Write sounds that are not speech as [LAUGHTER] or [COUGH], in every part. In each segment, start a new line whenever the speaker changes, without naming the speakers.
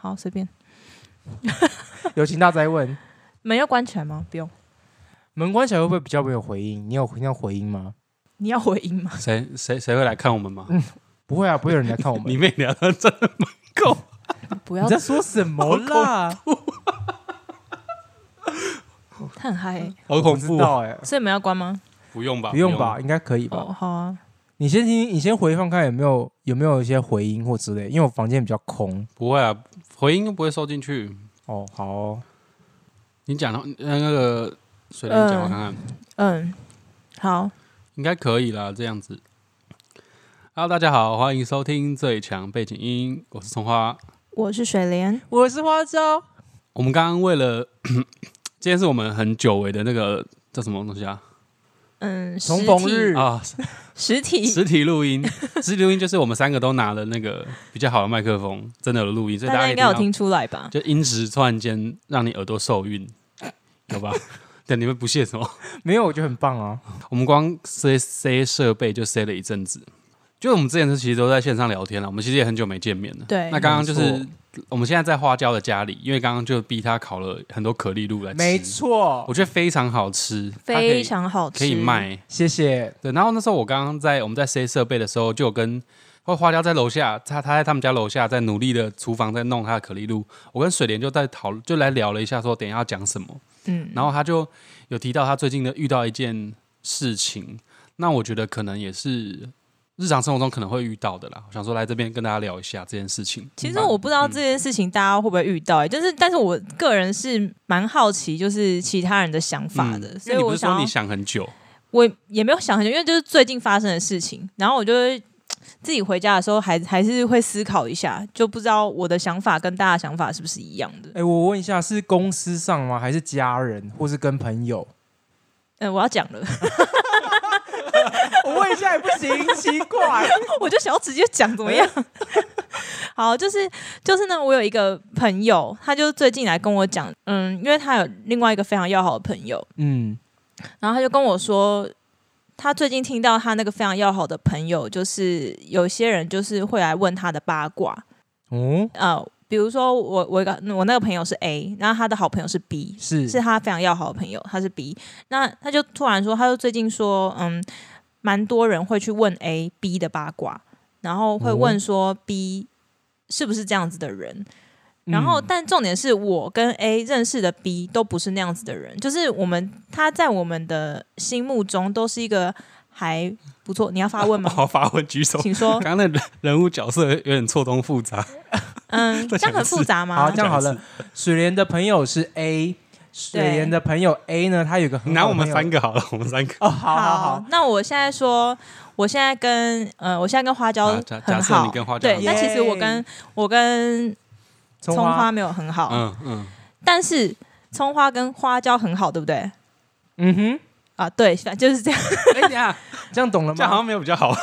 好，随便。
友情大灾问，
门要关起来吗？不用。
门关起来会不会比较没有回音？你有听到回音吗？
你要回音吗？
谁谁谁会来看我们吗？
不会啊，不会有人来看我们。
你妹聊到真的门口，
[LAUGHS] 不
[LAUGHS] 你
要
在，说什么啦？
他很嗨欸、
好
我
恐
不知
怖哦！
道哎，
所以门要关吗？
不用吧，
不用吧，？应该可以吧
哦，？好啊。
你先听，你先回放看有没有有没有一些回音或之类，因为我房间比较空。
不会啊，回音都不会收进去。
哦，好哦
你讲到呃那个水莲讲，我看看，
嗯，好，
应该可以啦，这样子。Hello，大家好，欢迎收听最强背景音，我是葱花。
我是水莲。
我是花椒，
我们刚刚为了 [CLEARS THROAT] 今天是我们很久违的那个叫什么东西啊？
嗯，实
重逢
体
日
啊，
实体
实体录音，实体录音就是我们三个都拿了那个比较好的麦克风，真的有录音，所以
大家
可以
应该有
到
听出来吧？
就音质突然间让你耳朵受孕，有吧？对，你们不屑什么？
没有我觉得很棒啊。
我们光塞塞设备就塞了一阵子，就我们之前是其实都在线上聊天了，我们其实也很久没见面了。
对
那刚刚就
没
是
错
我们现在在花椒的家里，因为刚刚就逼他烤了很多可丽露来吃，
没，错
我，觉得非常好吃，它可以
非常好吃，
可以。卖。
谢谢。
对，然后那时候我刚刚在我们在塞设备的时候，就有跟花花椒在楼下，他他在他们家楼下在努力的厨房在弄他的可丽露，我跟水莲就在讨就来聊了一下，说等一下要讲什么，
嗯，
然后他就有提到他最近的遇到一件事情，那我觉得可能也是日常生活中可能会遇到的啦，我想说来这边跟大家聊一下这件事情。
其实我不知
嗯
道这件事情大家会不会遇到、欸，就是但是我个人是蛮好奇，就是其他人的想法的，
嗯
所以
因为你
我
不是说
想
你
要
想很久，
我也没有想很久，因为就是最近发生的事情，然后我就会自己回家的时候还还是会思考一下，就不知道我的想法跟大家想法是不是一样的。
哎，我问一下，是公司上吗？还是家人，或是跟朋友？
嗯、我要讲了， [LAUGHS]
我问一下也不行，奇怪。
我就想要直接讲怎么样？ [LAUGHS] 好，就是就是呢，我有一个朋友，他就最近来跟我讲，嗯，因为他有另外一个非常要好的朋友，
嗯，
然后他就跟我说，他最近听到他那个非常要好的朋友，就是有些人就是会来问他的八卦，
哦，
呃，比如说我我一个我那个朋友是 A，然后他的好朋友是 B，
是
是他非常要好的朋友，他是 B，那他就突然说，他就最近说，嗯，蛮多人会去问 A、B 的八卦，然后
哦
会问说 B 是不是这样子的人，然后，
嗯
但重点是我跟 A 认识的 B 都不是那样子的人，就是我们他在我们的心目中都是一个还不错。你要发问吗？
[LAUGHS] 好发问举手。
嗯请说。
刚刚的人人物角色有点错综复杂，
嗯，
[LAUGHS]
这
再讲一次
样很复杂吗
好，？这样好了。水莲的朋友是 A，水
对
莲的朋友 A 呢，他有个很
拿
好
我
的
们
朋友
三个好了，我们三个。
哦，好好好，
那我现在说，我现在跟呃，我现在跟花椒
啊假假
很
设
好，
你跟花椒
对，
很
但
好
其实我
耶
跟我跟
葱
葱花没有很好，
嗯嗯，
但是葱花跟花椒很好，对不对？[LAUGHS]
嗯哼，
啊，对，反正就是 [LAUGHS] 这样。
哎、等一下，
这样懂了
这样好
吗？
像没有比较好。
啊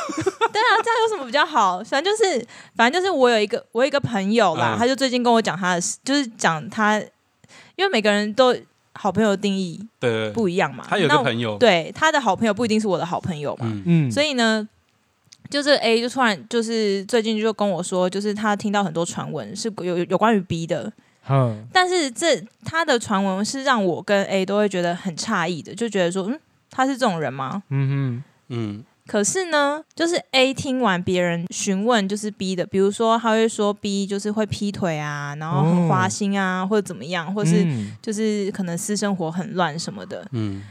有什么比较好？反正就是，反正就是我有一个我有一个朋友啦，
嗯
他就最近跟我讲他的事，就是讲他，因为每个人都好朋友的定义
[LAUGHS] 对对对
不一样嘛。
他有一
那
个
我
朋友，
对他的好朋友不一定是我的好朋友嘛，
嗯，
嗯，
所
以
以呢。就这个 A 就突然就是最近就跟我说，就是他听到很多传闻是有有有关于 B 的，
嗯，
但是这他的传闻是让我跟 A 都会觉得很诧异的，就觉得说，嗯，他是这种人吗？
嗯
嗯，
可是呢，就是 A 听完别人询问，就是 B 的，比如说他会说 B 就是会劈腿啊，然后很花心啊，或者怎么样，
哼，
或是
嗯
就是可能私生活很乱什么的。
嗯，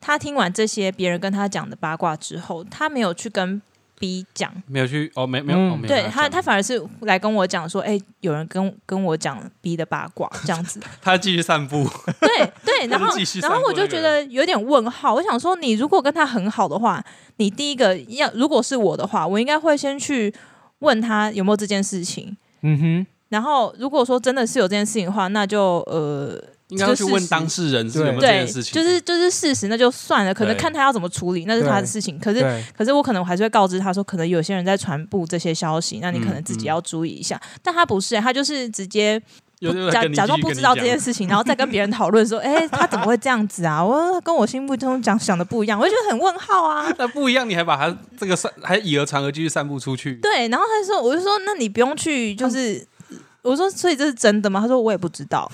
他听完这些别人跟他讲的八卦之后，他没有去跟 B 讲，
没有去哦，没没有，
嗯
哦、没有
对
跟
他，
讲
他反而是来跟我讲说，哎、有人跟跟我讲 B 的八卦这
[LAUGHS]
样子，
他继续散步，
对对，然后
继续散
然后
播
我就
那个
觉得有点问号，我想说，你如果跟他很好的话，你第一个要如果是我的话，我应该会先去问他有没有这件事情。
嗯哼，
然后如果说真的是有这件事情的话，那就呃，
应该要去
就
问
事实
当事人是有没有这
对，
件事情，
就是就是事实，那就算了，可能
对
看他要怎么处理，那是他的
对
事情。可是。
对，
可是我可能还是会告知他说，可能有些人在传播这些消息，那你可能自己
嗯嗯
要注意一下。但他不是，欸他就是直接
有有
假
跟你
假
继
装
续
不
跟
知
你
道这
讲
件事情，然后再跟别人讨
[LAUGHS]
论说，哎、他怎么会这样子啊？我跟我心目中讲想的不一样，我就觉得很问号啊。
那不一样，你还把他这个散，还以讹传讹继续散步出去，
对，然后他说，我就说，那你不用去，就是我说所以这是真的吗？他说我也不知道。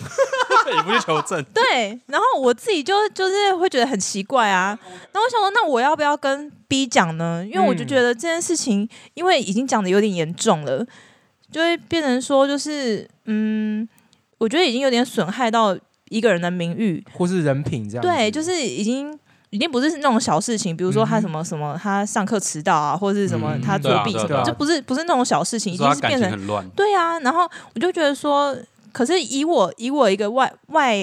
也不去求证。
对，然后我自己就就是会觉得很奇怪啊。那我想说，那我要不要跟 B 讲呢？因为我就
嗯
觉得这件事情，因为已经讲的有点严重了，就会变成说，就是嗯，我觉得已经有点损害到一个人的名誉。
或是人品这样子。
对，就是已经。已经不是那种小事情，比如说他什么什么，他上课迟到啊，或者是什么
嗯
他作弊
对啊
什
对
么，
啊
就不是不是那种小事情，已
说
经
他
是
感
变
情
成
很乱，
对啊。然后我就觉得说，可是以我以我一个外外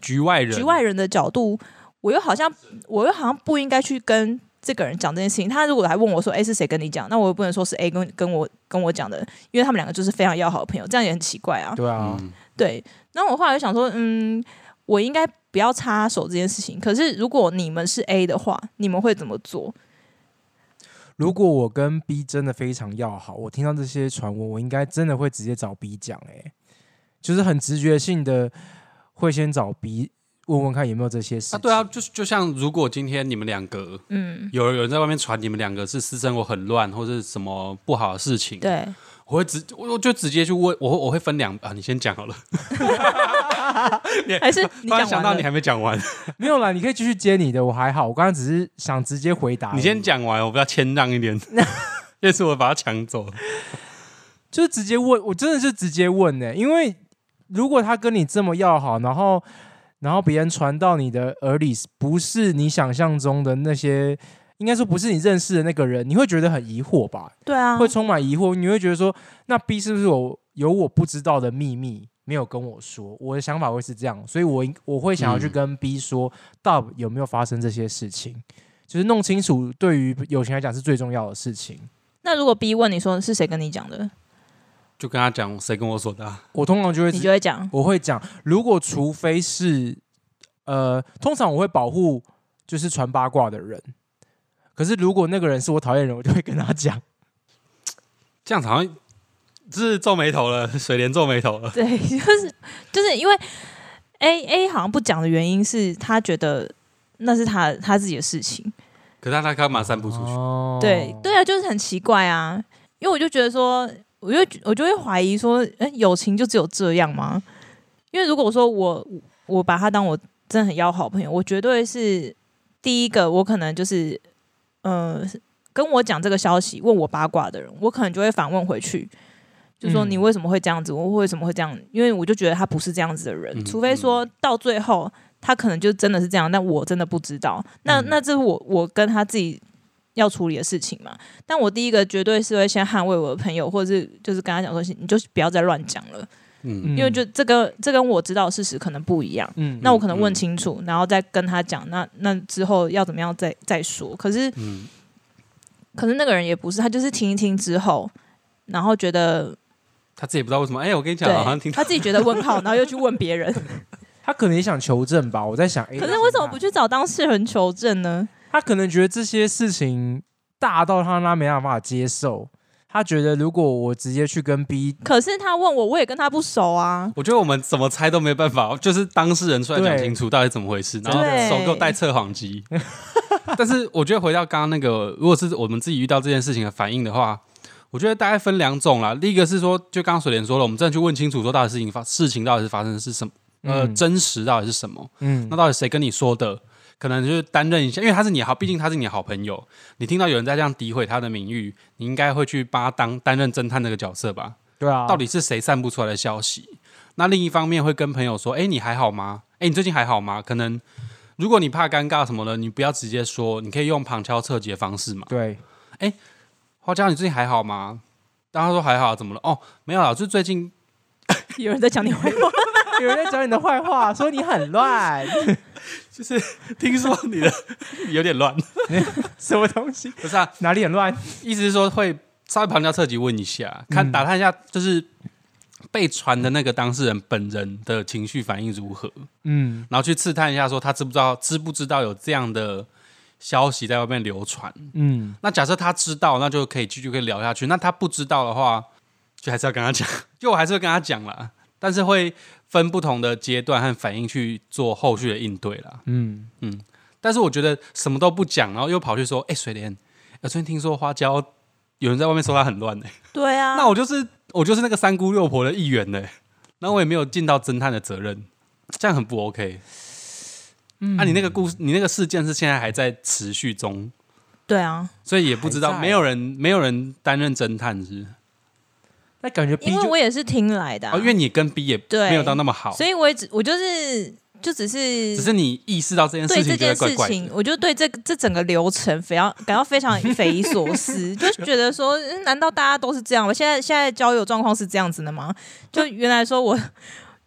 局外人，
局外人的角度，我又好像我又好像不应该去跟这个人讲这件事情。他如果还问我说：“哎、是谁跟你讲？”那我又不能说是 A 跟跟我跟我讲的，因为他们两个就是非常要好的朋友，这样也很奇怪啊。
对啊，
嗯，
对，然后我后来就想说，嗯，我应该不要插手这件事情。可是如果你们是 A 的话，你们会怎么做？
如果我跟 B 真的非常要好，我听到这些传闻，我应该真的会直接找 B 讲，哎，就是很直觉性的会先找 B 问问看有没有这些事
啊，
情。
对啊，就是就像如果今天你们两个
嗯，
有人有人在外面传你们两个是私生活很乱，或是什么不好的事情，
对，
我会直我我就直接去问，我会我会分两啊，你先讲好了。
还是你
[LAUGHS] 突然
讲
想
完
到
了
你还没讲完，
[LAUGHS] 没有啦，你可以继续接你的，我还好，我刚刚只是想直接回答而已。
你先讲完，我比较谦让一点。 [LAUGHS] 这次我把他抢走了，
就是直接问，我真的是直接问呢、因为如果他跟你这么要好，然后然后别人传到你的耳里，不是你想象中的那些，应该说不是你认识的那个人，你会觉得很疑惑吧？
对啊，
会充满疑惑，你会觉得说，那 B 是不是我有我不知道的秘密没有跟我说？我的想法会是这样，所以我应我会想要去
嗯
跟 B 说，到底有没有发生这些事情，就是弄清楚，对于友情来讲是最重要的事情。
那如果 B 问你说是谁跟你讲的，
就跟他讲谁跟我说的啊、
我通常就会
你
直
就会讲
我会讲，如果除非是呃，通常我会保护就是传八卦的人。可是如果那个人是我讨厌的人，我就会跟他讲。
这样子好像就是皱眉头了，水莲皱眉头了。
对， [LAUGHS] 就是就是因为 A A 好像不讲的原因是他觉得那是他他自己的事情，
可是他他干嘛散步出去？
哦
对对啊，就是很奇怪啊，因为我就觉得说，我就我就会怀疑说，哎、友情就只有这样吗？因为如果说我我把他当我真的很要好朋友，我绝对是第一个，我可能就是呃跟我讲这个消息问我八卦的人，我可能就会反问回去。就说
嗯
你为什么会这样子？我为什么会这样？因为我就觉得他不是这样子的人，
嗯
除非说到最后他可能就真的是这样，但我真的不知道。那、
嗯
那这是我我跟他自己要处理的事情嘛。但我第一个绝对是会先捍卫我的朋友，或者是就是跟他讲说，你就不要再乱讲了，
嗯，
嗯
因为就这个这跟我知道的事实可能不一样。
嗯
那我可能问清楚，然后再跟他讲，那那之后要怎么样再再说。可是，
嗯
可是那个人也不是，他就是听一听之后，然后觉得
他自己也不知道为什么。哎、我跟你讲，好像
对，
听到
他自己觉得问号，然后又去问别人。
他可能也想求证吧。我在想，可
可是为什么不去找当事人求证呢？
他可能觉得这些事情大到他他没办法接受。他觉得如果我直接去跟 B，
可是他问我，我也跟他不熟 [LAUGHS] 啊。
我觉得我们怎么猜都没办法，就是当事人出来讲
对
清楚到底怎么回事，然后
对
手给我戴测谎机。但是我觉得回到刚刚那个，如果是我们自己遇到这件事情的反应的话，我觉得大概分两种啦。第一个是说，就刚刚水莲说了，我们真的去问清楚说到底事情发事情到底是发生的是什么，呃，
嗯
真实到底是什么？
嗯
那到底谁跟你说的？可能就是担任一下，因为他是你好，毕竟他是你的好朋友。你听到有人在这样诋毁他的名誉，你应该会去帮他当担任侦探那个角色吧？
对啊，
到底是谁散布出来的消息？那另一方面会跟朋友说：“哎、你还好吗？哎、你最近还好吗？”可能如果你怕尴尬什么的，你不要直接说，你可以用旁敲侧击的方式嘛。
对， [LAUGHS]
花椒，你最近还好吗？当他说还好，怎么了？哦，没有啦，就最近
有人在讲你坏话，
有人在讲你的坏话，说你很乱，
[LAUGHS]
[LAUGHS]
听说你的 [LAUGHS] 有点 [LAUGHS] 乱，
什么东西？
不是啊？
哪里很乱？
意思是说会稍微旁敲侧击问一下，看
嗯
打探一下，就是被传的那个当事人本人的情绪反应如何。
嗯
然后去刺探一下，说他知不知道知不知道有这样的消息在外面流传。
嗯。
那假设他知道，那就可以继续可以聊下去。那他不知道的话，就还是要跟他讲， [LAUGHS] 就我还是会跟他讲啦，但是会分不同的阶段和反应去做后续的应对啦。
嗯，
呃但是我觉得什么都不讲，然后又跑去说，哎、水莲，我昨天听说花椒。有人在外面说他很乱呢、
[LAUGHS]
欸
对啊，
那我就是我就是那个三姑六婆的一员呢、那我也没有尽到侦探的责任，这样很不 OK。
嗯
啊，你那个故事，你那个事件是现在还在持续中，
对啊，
所以也不知
还
道，
在
没有人没有人担任侦探是不是
那感觉 B
因为
就
我也是听来的啊、
哦，因为你跟 B 也
对
没有到那么好，
所以我也只我就是就只是
只是你意识到这件
对
事
这
情觉
件
得
事
怪
情，
怪的。
我就对这这整个流程非常感到非常匪夷所
[LAUGHS]
思，就觉得说，嗯难道大家都是这样吗？现在现在交友状况是这样子的吗？就原来说我，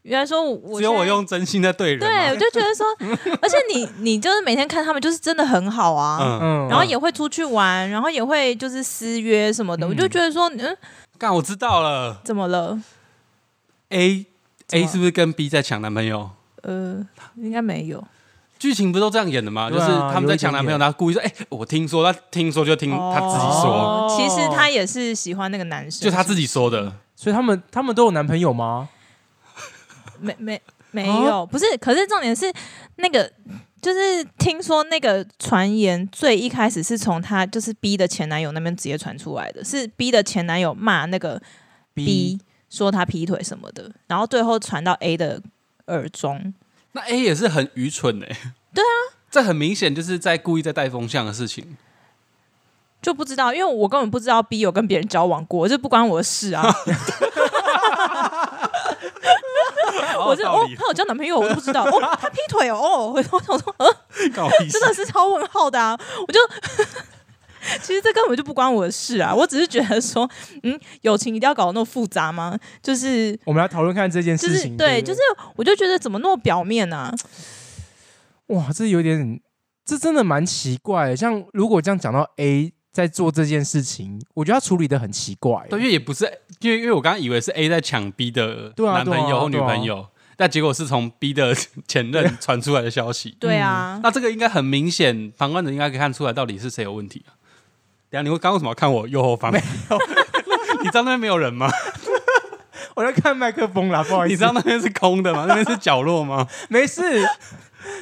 原来说我
只有我
现在
用真心在对人
对，我
吗，
就觉得说，
[LAUGHS]
而且你你就是每天看他们，就是真的很好啊。
嗯，
嗯，
然后也会出去玩，然后也会就是私约什么的，我就觉得说，嗯，
干我知道了
怎么了？
，A
怎么
A 是不是跟 B 在抢男朋友？
呃，应该没有。
剧情不都这样演的吗？就
对啊
是他们在抢男朋
有
友，
一点点
然后故意说：“哎、我听说，他听说就听他自己说，
哦其实他也是喜欢那个男生，
就他自己说的。
所以他们他们都有男朋友吗？
没没没有，不是，可是重点是那个，就是听说那个传言最一开始是从他就是 B 的前男友那边直接传出来的，是 B 的前男友骂那个 B 说他劈腿什么的，然后最后传到 A 的耳中。
那 A 也是很愚蠢哎、
对
啊，这很明显就是在故意在带风向的事情。
就不知道，因为我根本不知道 B 有跟别人交往过，这不关我的事啊！我是哦，他有交男朋友，我都不知道哦，他劈腿哦，哦我我想说，呃，
搞屁
真的是超问号的啊！我就 [LAUGHS] 其实这根本就不关我的事啊，我只是觉得说，嗯，友情一定要搞得那么复杂吗？就是
我们来讨论看这件
就
事
是
情。
对，
不
就是我就觉得怎么那么表面啊？
哇，这有点，这真的蛮奇怪的。像如果这样讲到 A 在做这件事情，我觉得他处理的很奇怪。
对，因为也不是，因为因为我刚刚以为是 A 在抢 B 的
对啊
男朋
对
友
啊
或女朋友，但结果是从 B 的 [LAUGHS]
[LAUGHS]
前任传出来的消息。
对啊，
那这个应该很明显，旁观者应该可以看出来到底是谁有问题、啊。等一下你会刚刚为什么要看我右后方？没有， [LAUGHS] 你知道那边没有人吗？
我在看麦克风啦，不好意思，
你知道那边是空的吗？那边是角落吗？
没事，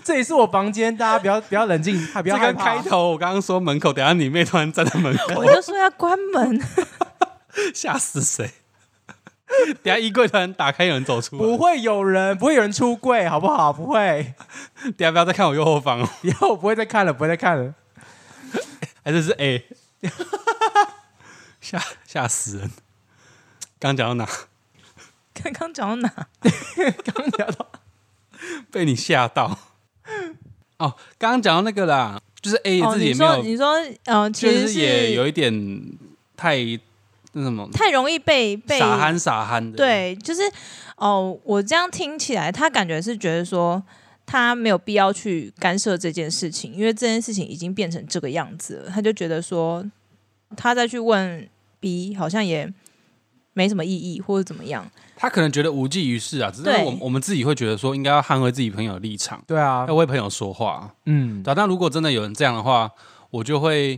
这里是我房间，大家不要不要冷静，还不
这
要害
个
怕啊
开。头我刚刚说门口，等一下你妹突然站在门口
我，就说要关门， [LAUGHS]
吓死谁？ [LAUGHS] 等一下衣柜突然打开，有人走出
不
来。
会有人，不会有人出柜，好不好？不会， [LAUGHS]
等一下不要再看我右后方哦，
以后我不会再看了，不会再看了。
还哎是是 A，吓吓死人！刚讲到哪？ [LAUGHS]
刚刚讲到哪？
刚聊到
被你吓到。哦，刚刚讲到那个啦，就是 A
哦，
自己
你
也没有，
说你说，呃，其
确
实
实
是
也有一点太那什么
太容易被被
傻憨傻憨的。，
对，就是哦，我这样听起来，他感觉是觉得说他没有必要去干涉这件事情，因为这件事情已经变成这个样子了，他就觉得说他再去问 B 好像也没什么意义或者怎么样。
他可能觉得无济于事啊，只是
对
我们我们自己会觉得说应该要捍卫自己朋友的立场，
对啊
要，为朋友说话。
嗯，
对啊、那如果真的有人这样的话，我就会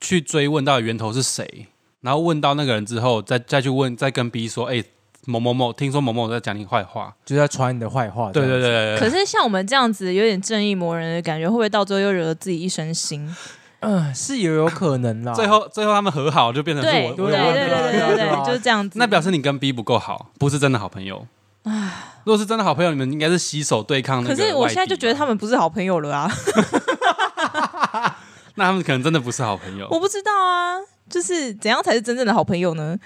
去追问到底源头是谁，然后问到那个人之后，再再去问，再跟 B 说，哎、某某某，听说某某在讲你坏话。
就在传你的坏话。
对对
这样子，
对对
可
对，
是像我们这样子有点正义魔人的感觉，会不会到最后又惹了自己一身腥？
嗯，是有有可能啦。
最后最后他们和好就变成是
对
我
对
我
对
有问
对
题了。
对对
对啊
对，就是这样子。
那表示你跟 B 不够好，不是真的好朋友。如果是真的好朋友，你们应该是携手对抗那
可
个。
是我现在就觉得他，们不是好朋友了啊！
那他们可能真的不是好朋友。
我不知道啊，就是怎样才是真正的好朋友呢？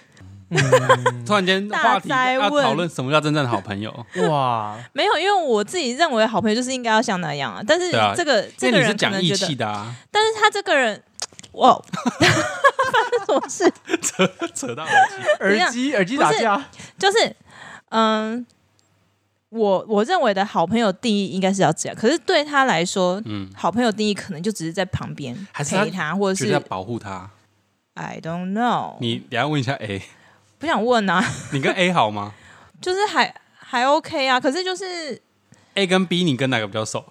突然间
大
话题
灾
要
问
讨论什么叫真正的好朋友， [LAUGHS]
哇，
没有，因为我自己认为好朋友就是应该要像那样啊。但是
对啊
这个、这
因
个
为你是
人可
讲
能
义
觉
气
得，
的啊，
但是他这个人，哇， [LAUGHS] 发生什么事？
扯到耳机。
一下
耳机耳机打
不是
架，
就是嗯，我我认为的好朋友定义应该是要这样，可是对他来说，
嗯，
好朋友定义可能就只是在旁边
还是他
陪他，或者
觉得要
是
保护他。
I don't know，
你等一下问一下 A，
不想问啊， [LAUGHS]
你跟 A 好吗
就是还还 OK 啊，可是就是
？A 跟 B，你跟哪个比较熟？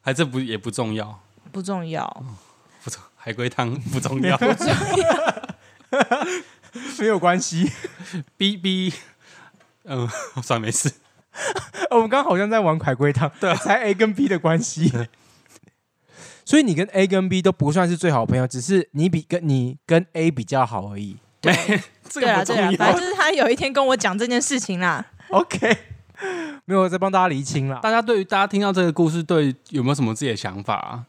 还这不也不重要，
不重要，
哦不重海龟汤不重
[LAUGHS]
要。
没有关系。 [LAUGHS]
B B，嗯， [LAUGHS] 算了没事。啊 [LAUGHS]
呃我们刚刚好像在玩海龟汤，对，才 A 跟 B 的关系。所以你跟 A 跟 B 都不算是最好的朋友，只是你比跟你跟 A 比较好而已。
[LAUGHS] 这
[LAUGHS] 对
个
啦对
不重
啦，反
要
正。就是他有一天跟我讲这件事情啦。
[LAUGHS] OK，没有我在帮大家厘清啦。
大家对于大家听到这个故事，对于有没有什么自己的想法、啊？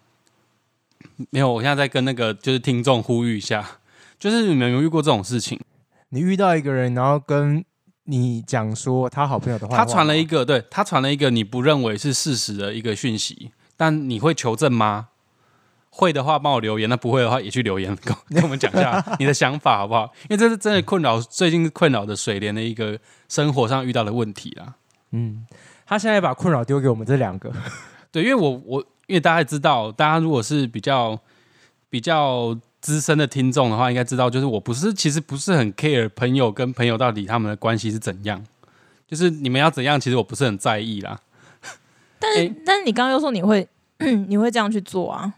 没有，我现在在跟那个就是听众呼吁一下，就是你们有没有遇过这种事情？
你遇到一个人，然后跟你讲说他好朋友的话，
他传了一个，对他传了一个你不认为是事实的一个讯息，但你会求证吗？会的话帮我留言，那不会的话也去留言，跟我跟我们讲一下你的想法好不好？因为这是真的困扰最近困扰的水莲的一个生活上遇到的问题啦。
嗯，他现在把困扰丢给我们这两个，
对，因为我我因为大家也知道，大家如果是比较比较资深的听众的话，应该知道，就是我不是其实不是很 care 朋友跟朋友到底他们的关系是怎样，就是你们要怎样，其实我不是很在意啦。
但是、
诶
但是你刚刚又说你会 [CLEARS THROAT] 你会这样去做啊？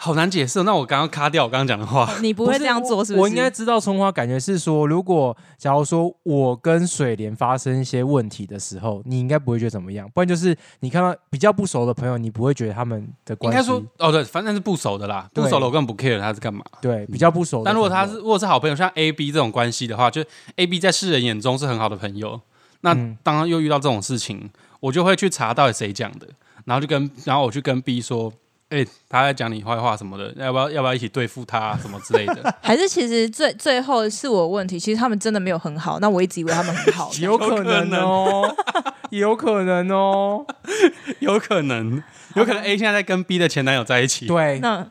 好难解释哦。那我刚刚卡掉我刚刚讲的话，
你不
啊不
会这样做是不是？
我？我应该知道葱花感觉是说，如果假如说我跟水莲发生一些问题的时候，你应该不会觉得怎么样，不然就是你看到比较不熟的朋友，你不会觉得他们的
应
关系
该说哦对，反正是不熟的啦，
对
不熟的我根本不 care 他是干嘛。
对比较不熟的朋
但
友。
如果他是如果是好朋友，像 A B 这种关系的话，就 A B 在世人眼中是很好的朋友，那
嗯
当然又遇到这种事情，我就会去查到底谁讲的，然后就跟然后我去跟 B 说，哎、他在讲你坏话什么的，要不要要不要一起对付他、啊什么之类的，
[LAUGHS]
还是其实最最后是我的问题，其实他们真的没有很好，那我一直以为他们很好
[LAUGHS] 。有可能哦，有可能哦，
有可能有可能 A 现在在跟 B 的前男友在一起，
对，
那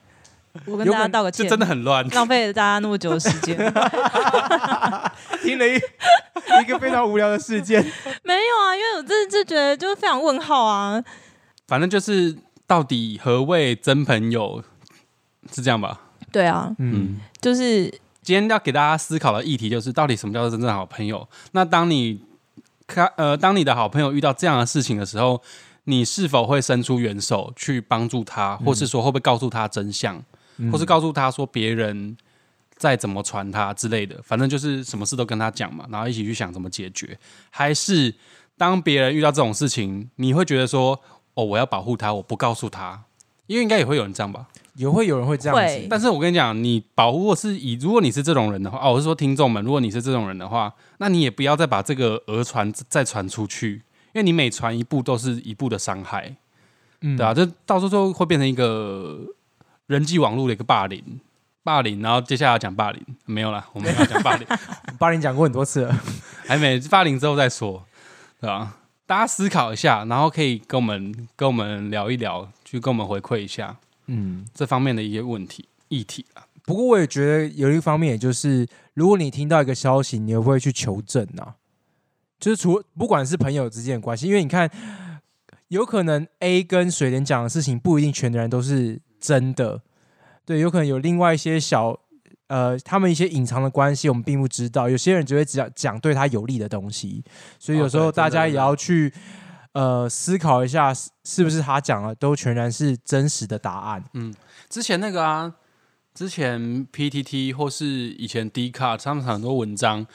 我跟
有
大家
可能
道个
这
歉，
真的很乱。
浪费了大家那么久的时
[LAUGHS]
间。
听了一 [LAUGHS] 一个非常无聊的事件，
没有啊，因为我真的就觉得就是非常问号啊。
反正就是到底何谓真朋友，是这样吧？
对啊，
嗯，
嗯，
就是
今天要给大家思考的议题就是，到底什么叫做真正好朋友？那当你看呃，当你的好朋友遇到这样的事情的时候，你是否会伸出援手去帮助他，或是说会不会告诉他真相，
嗯
或是告诉他说别人再怎么传他之类的？反正就是什么事都跟他讲嘛，然后一起去想怎么解决。还是当别人遇到这种事情，你会觉得说哦，我要保护他，我不告诉他，因为应该也会有人这样吧？
也会有人会这样
会
子，
但是我跟你讲，你保护是以，如果你是这种人的话，哦，我是说听众们，如果你是这种人的话，那你也不要再把这个讹传再传出去，因为你每传一步都是一步的伤害，
嗯
对啊，，这到时候会变成一个人际网络的一个霸凌，霸凌，然后接下来要讲霸凌，没有啦，我们要讲霸凌，
巴林讲过很多次了，
还没霸凌之后再说，对啊，大家思考一下，然后可以跟我们跟我们聊一聊，去跟我们回馈一下
嗯，
这方面的一些问题议题啊，
不过我也觉得有一方面，也就是如果你听到一个消息，你会不会去求证啊？就是除不管是朋友之间的关系，因为你看，有可能 A 跟水莲讲的事情不一定全然都是真的，对，有可能有另外一些小呃，他们一些隐藏的关系，我们并不知道。有些人只会讲讲对他有利的东西，所以有时
哦
候
对
大
真
家
的
也要去呃思考一下，是是不是他讲的都全然是真实的答案？
嗯之前那个啊，之前 PTT 或是以前 d 卡，他们很多文章，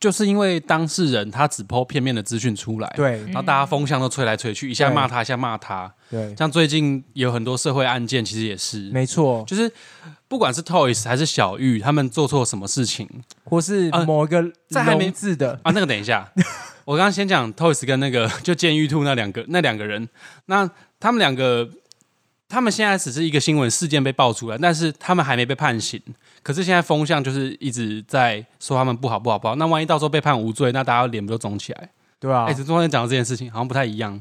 就是因为当事人他只抛片面的资讯出来，，
对
然后大家风向都吹来吹去，一下
对
骂他，一下骂他。
对，
像最近有很多社会案件，其实也是，
没错。
就是不管是 Toys 还是小玉，他们做错什么事情
或是
呃
某一个
在还没
聋字的，
啊？那个等一下，我刚刚先讲 Toys 跟那个就监狱兔那两个那两个人，那他们两个他们现在只是一个新闻事件被爆出来，但是他们还没被判刑。可是现在风向就是一直在说他们不好不好不好，那万一到时候被判无罪，那大家脸不就肿起来？
对啊
哎、，这中间讲到这件事情好像不太一样。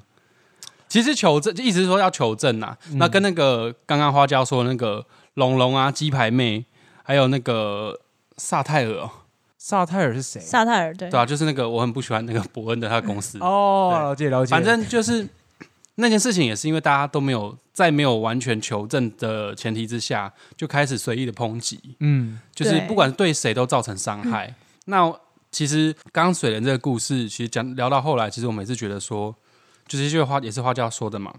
其实求证，就一直说要求证呐、那跟那个刚刚花椒说的那个龙龙啊、鸡排妹，还有那个萨泰尔哦，
萨泰尔是谁？
萨泰尔对
对啊，就是那个我很不喜欢那个伯恩的他的公司，
哎哦，了解
对
了解，
反正就是那件事情也是因为大家都没有在没有完全求证的前提之下，就开始随意的抨击，
嗯，
就是
对
不管对谁都造成伤害。那其实刚刚水莲这个故事，其实讲聊到后来，其实我们也是觉得说，就是这个花也是花椒说的嘛，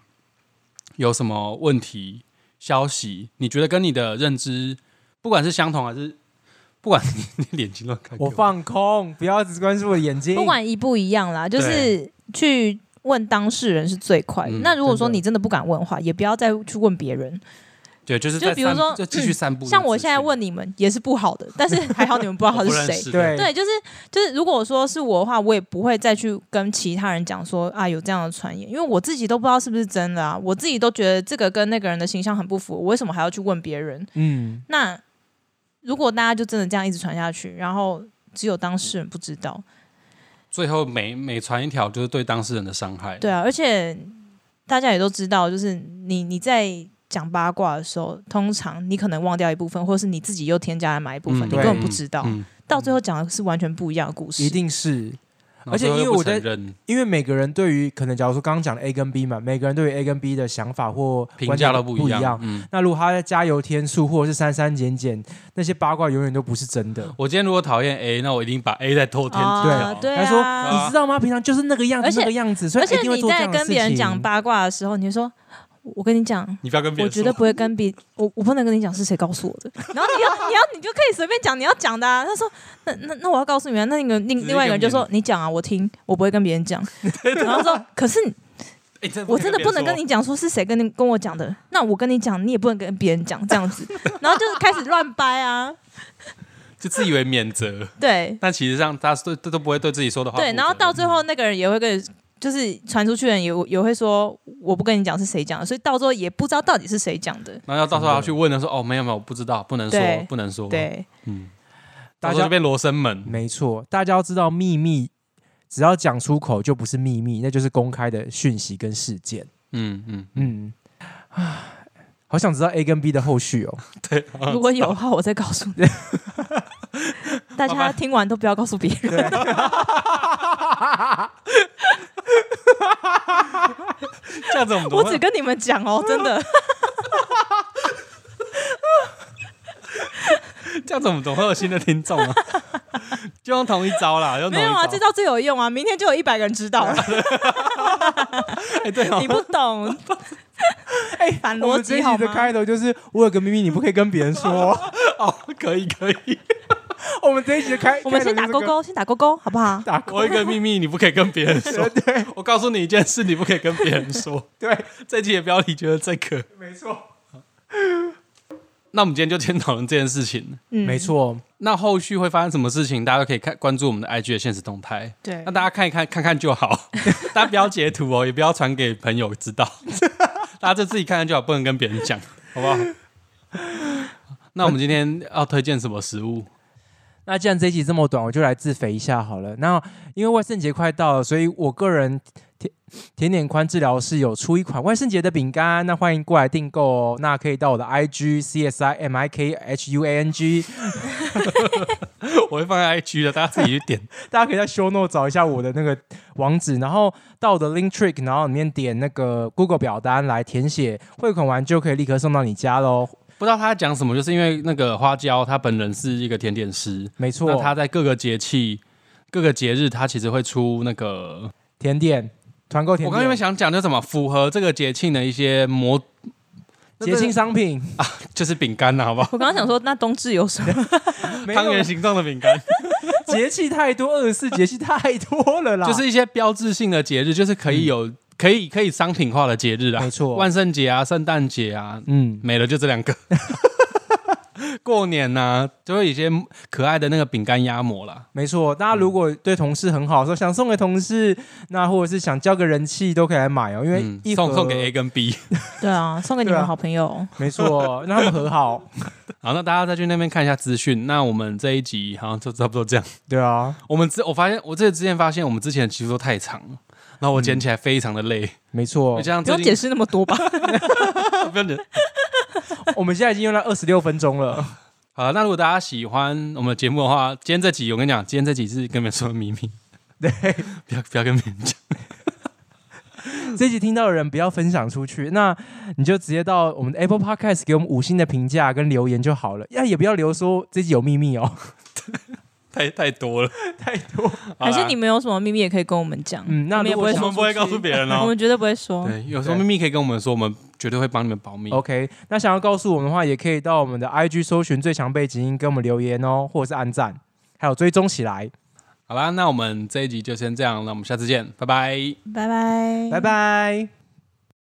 有什么问题消息，你觉得跟你的认知，不管是相同还是。不管你 [LAUGHS] 你眼睛乱哎看给，
我放空，不要只关注我的眼睛。
[LAUGHS]
不管一不一样啦，就是去问当事人是最快的。
嗯
那如果说
真的
你真的不敢问的话，也不要再去问别人，
对，就是
就
在
比如
散
说嗯
就继续散步的资讯。
像我现在问你们也是不好的，但是还好你们不知
[LAUGHS] 我
道他
不
是
认
谁。
识，
对
对，就是就是，如果说是我的话，我也不会再去跟其他人讲说啊有这样的传言，因为我自己都不知道是不是真的啊，我自己都觉得这个跟那个人的形象很不符，我为什么还要去问别人？
嗯，
那如果大家就真的这样一直传下去，然后只有当事人不知道，
最后每每传一条就是对当事人的伤害。
对啊，而且大家也都知道，就是你你在讲八卦的时候，通常你可能忘掉一部分，或是你自己又添加了哪一部分，
嗯
你
对
根本不知道，
嗯，
到最后讲的是完全不一样的故事。
一定是
嗯然后
而且
最后又
因为
不
我在
承认
因为每个人对于可能，假如说刚刚讲的 A 跟 B 嘛，每个人对于 A 跟 B 的想法或
评
观点
价都
不
一
样。
样。嗯，
那如果他在加油添醋或者是删删减减，那些八卦永远都不是真的。
我今天如果讨厌 A，那我一定把 A 再偷添几
啊
条。
对
他说：“
啊，
你知道吗？平常就是那个样子
而，且
那个样子，所以
而
一
且
定会
你
做这
在
样的事
跟
情。”
别人讲八卦的时候，你就说我跟你讲。
你不要跟别
我
人
绝
说
对。不会跟别我，我不能跟你讲是谁告诉我的。然后你要你要你就可以随便讲你要讲的、啊。他说那那那我要告诉你啊，那个
直
另
接
另外一个人就说
跟
你讲啊，我听，我不会跟别人讲。然后说可是
哎这
我真的不能
别人
跟你讲说是谁跟你跟我讲的，那我跟你讲，你也不能跟别人讲这样子，然后就是开始乱掰啊，
说，就自以为免责，
对
但其实上他都都都不会对自己说的话负责。
对，然后到最
嗯
后那个人也会跟你，就是传出去的人也也会说我不跟你讲是谁讲的，所以到最后也不知道到底是谁讲的，
然后要到时候要去问他说：“哦，没有没有，不知道，不能
嗯
说
对，
不能
哦
说。”，
对，
[LAUGHS]
嗯，
大
大
家
家就变罗生门，
没错，大家要知道秘密，只要讲出口就不是秘密，那就是公开的讯息跟事件。
[LAUGHS]
嗯嗯，
嗯，唉好想知道 A 跟 B 的后续哦。
如果有的话我再告诉
[LAUGHS]
你。大
拜
家
拜
听完都不要告诉别人，
这样子我们
我只跟你们讲哦，真的，
这样子我们总会有新的听众啊， [LAUGHS] 就用同一招啦，用同
没
一
有
招。
啊，这招最有用啊，明天就有一百个人知
[LAUGHS]
道了，
哎对哦
你不懂，
[LAUGHS]
哎，反
我
逻
们这
辑
一
好
集的
吗？
开头就是我有个秘密，你不可以跟别人说哦。 [LAUGHS]
哦，可以可以，
我们这一集的开，
我们先
开
打
头就
勾
是
勾，先打勾勾，好不
[LAUGHS]
好？
打勾，
[LAUGHS] 我有一个秘密你不可以跟别人 [LAUGHS] 说，我告诉你一件事，你不可以跟别人 [LAUGHS] 说。
对，
这期的标题就是这个，
没错，
那我们今天就先讨论这件事情。
嗯
没，错，
那后续会发生什么事情，大家都可以看关注我们的 IG 的现实动态。
对
那大家看一看，看看就 [LAUGHS] 好，大家不要截图哦，也不要传给朋友知道， [LAUGHS] 大家就自己看看就好，不能跟别人讲，好 [LAUGHS] 不好？那我们今天要推荐什么食物？
那既然这一集这么短，我就来自肥一下好了。那因为万圣节快到了，所以我个人甜甜点宽治疗室有出一款万圣节的饼干，那欢迎过来订购哦。那可以到我的 IG C S I M I K H U A N G，
我会放在 IG 的，大家自己去点。
大家可以在 Show Note 找一下我的那个网址，然后到我的 Link Trick，然后里面点那个 Google 表单来填写，汇款完就可以立刻送到你家喽。
不知道他在讲什么，就是因为那个花椒，他本人是一个甜点师，
没错，
那他在各个节气、各个节日，他其实会出那个。
甜点团购甜
我刚原
点
本想讲，就怎么符合这个节庆的一些模，
节庆商品，
就是饼干了，啊好不好？
我刚刚想说，那冬至有什么？ [LAUGHS]
没有
汤圆形状的
[LAUGHS]
饼干，
节气太多，二十
[LAUGHS]
四节气太多了啦。
就是一些标志性的节日，就是可以有、可以可以商品化的节日啊，
嗯没错
万圣节啊、圣诞节啊，
嗯，
没了就这两
[LAUGHS]
个。过年呐、就会有一些可爱的那个饼干压模啦。
没错。大家如果对同事很好，说想送给同事，那或者是想交个人气，都可以来买哦。因为
嗯
一、盒
送送给 A 跟 B，
对啊，送给你
对
们
啊
好朋友。
没错，让他们和
[LAUGHS]
好。
好，那大家再去那边看一下资讯。那我们这一集好像就差不多这样。
对啊，
我们之我发现，我这之前发现我们之前的集数都太长了，然后我剪起来非常的累，
没错
就。像
不
最
用解
近
释那么多吧？
[LAUGHS] 不用剪。
我们现在已经用了二十六分钟了。
好了，那如果大家喜欢我们的节目的话，今天这集我跟你讲，今天这集是跟你们说的秘密，
对，
不要不要跟别人讲。
这集听到的人不要分享出去，那你就直接到我们的 Apple Podcast 给我们五星的评价跟留言就好了。呀，哎也不要留说这集有秘密哦，
太太多了，
太多。
好
还
啦
是你们有什么秘密也可以跟我们讲？
嗯，那
我们也
如果
不会
我
想
们不会告诉别人
我
哦。
们绝对不会说。
对，有什么秘密可以跟我们说，我们绝对会帮你们保密。
OK，那想要告诉我们的话，也可以到我们的 IG 搜寻最强背景音，跟我们留言哦，或者是按赞，还有追踪起来。
好啦，那我们这一集就先这样，那我们下次见，拜拜。
拜拜，
拜。拜。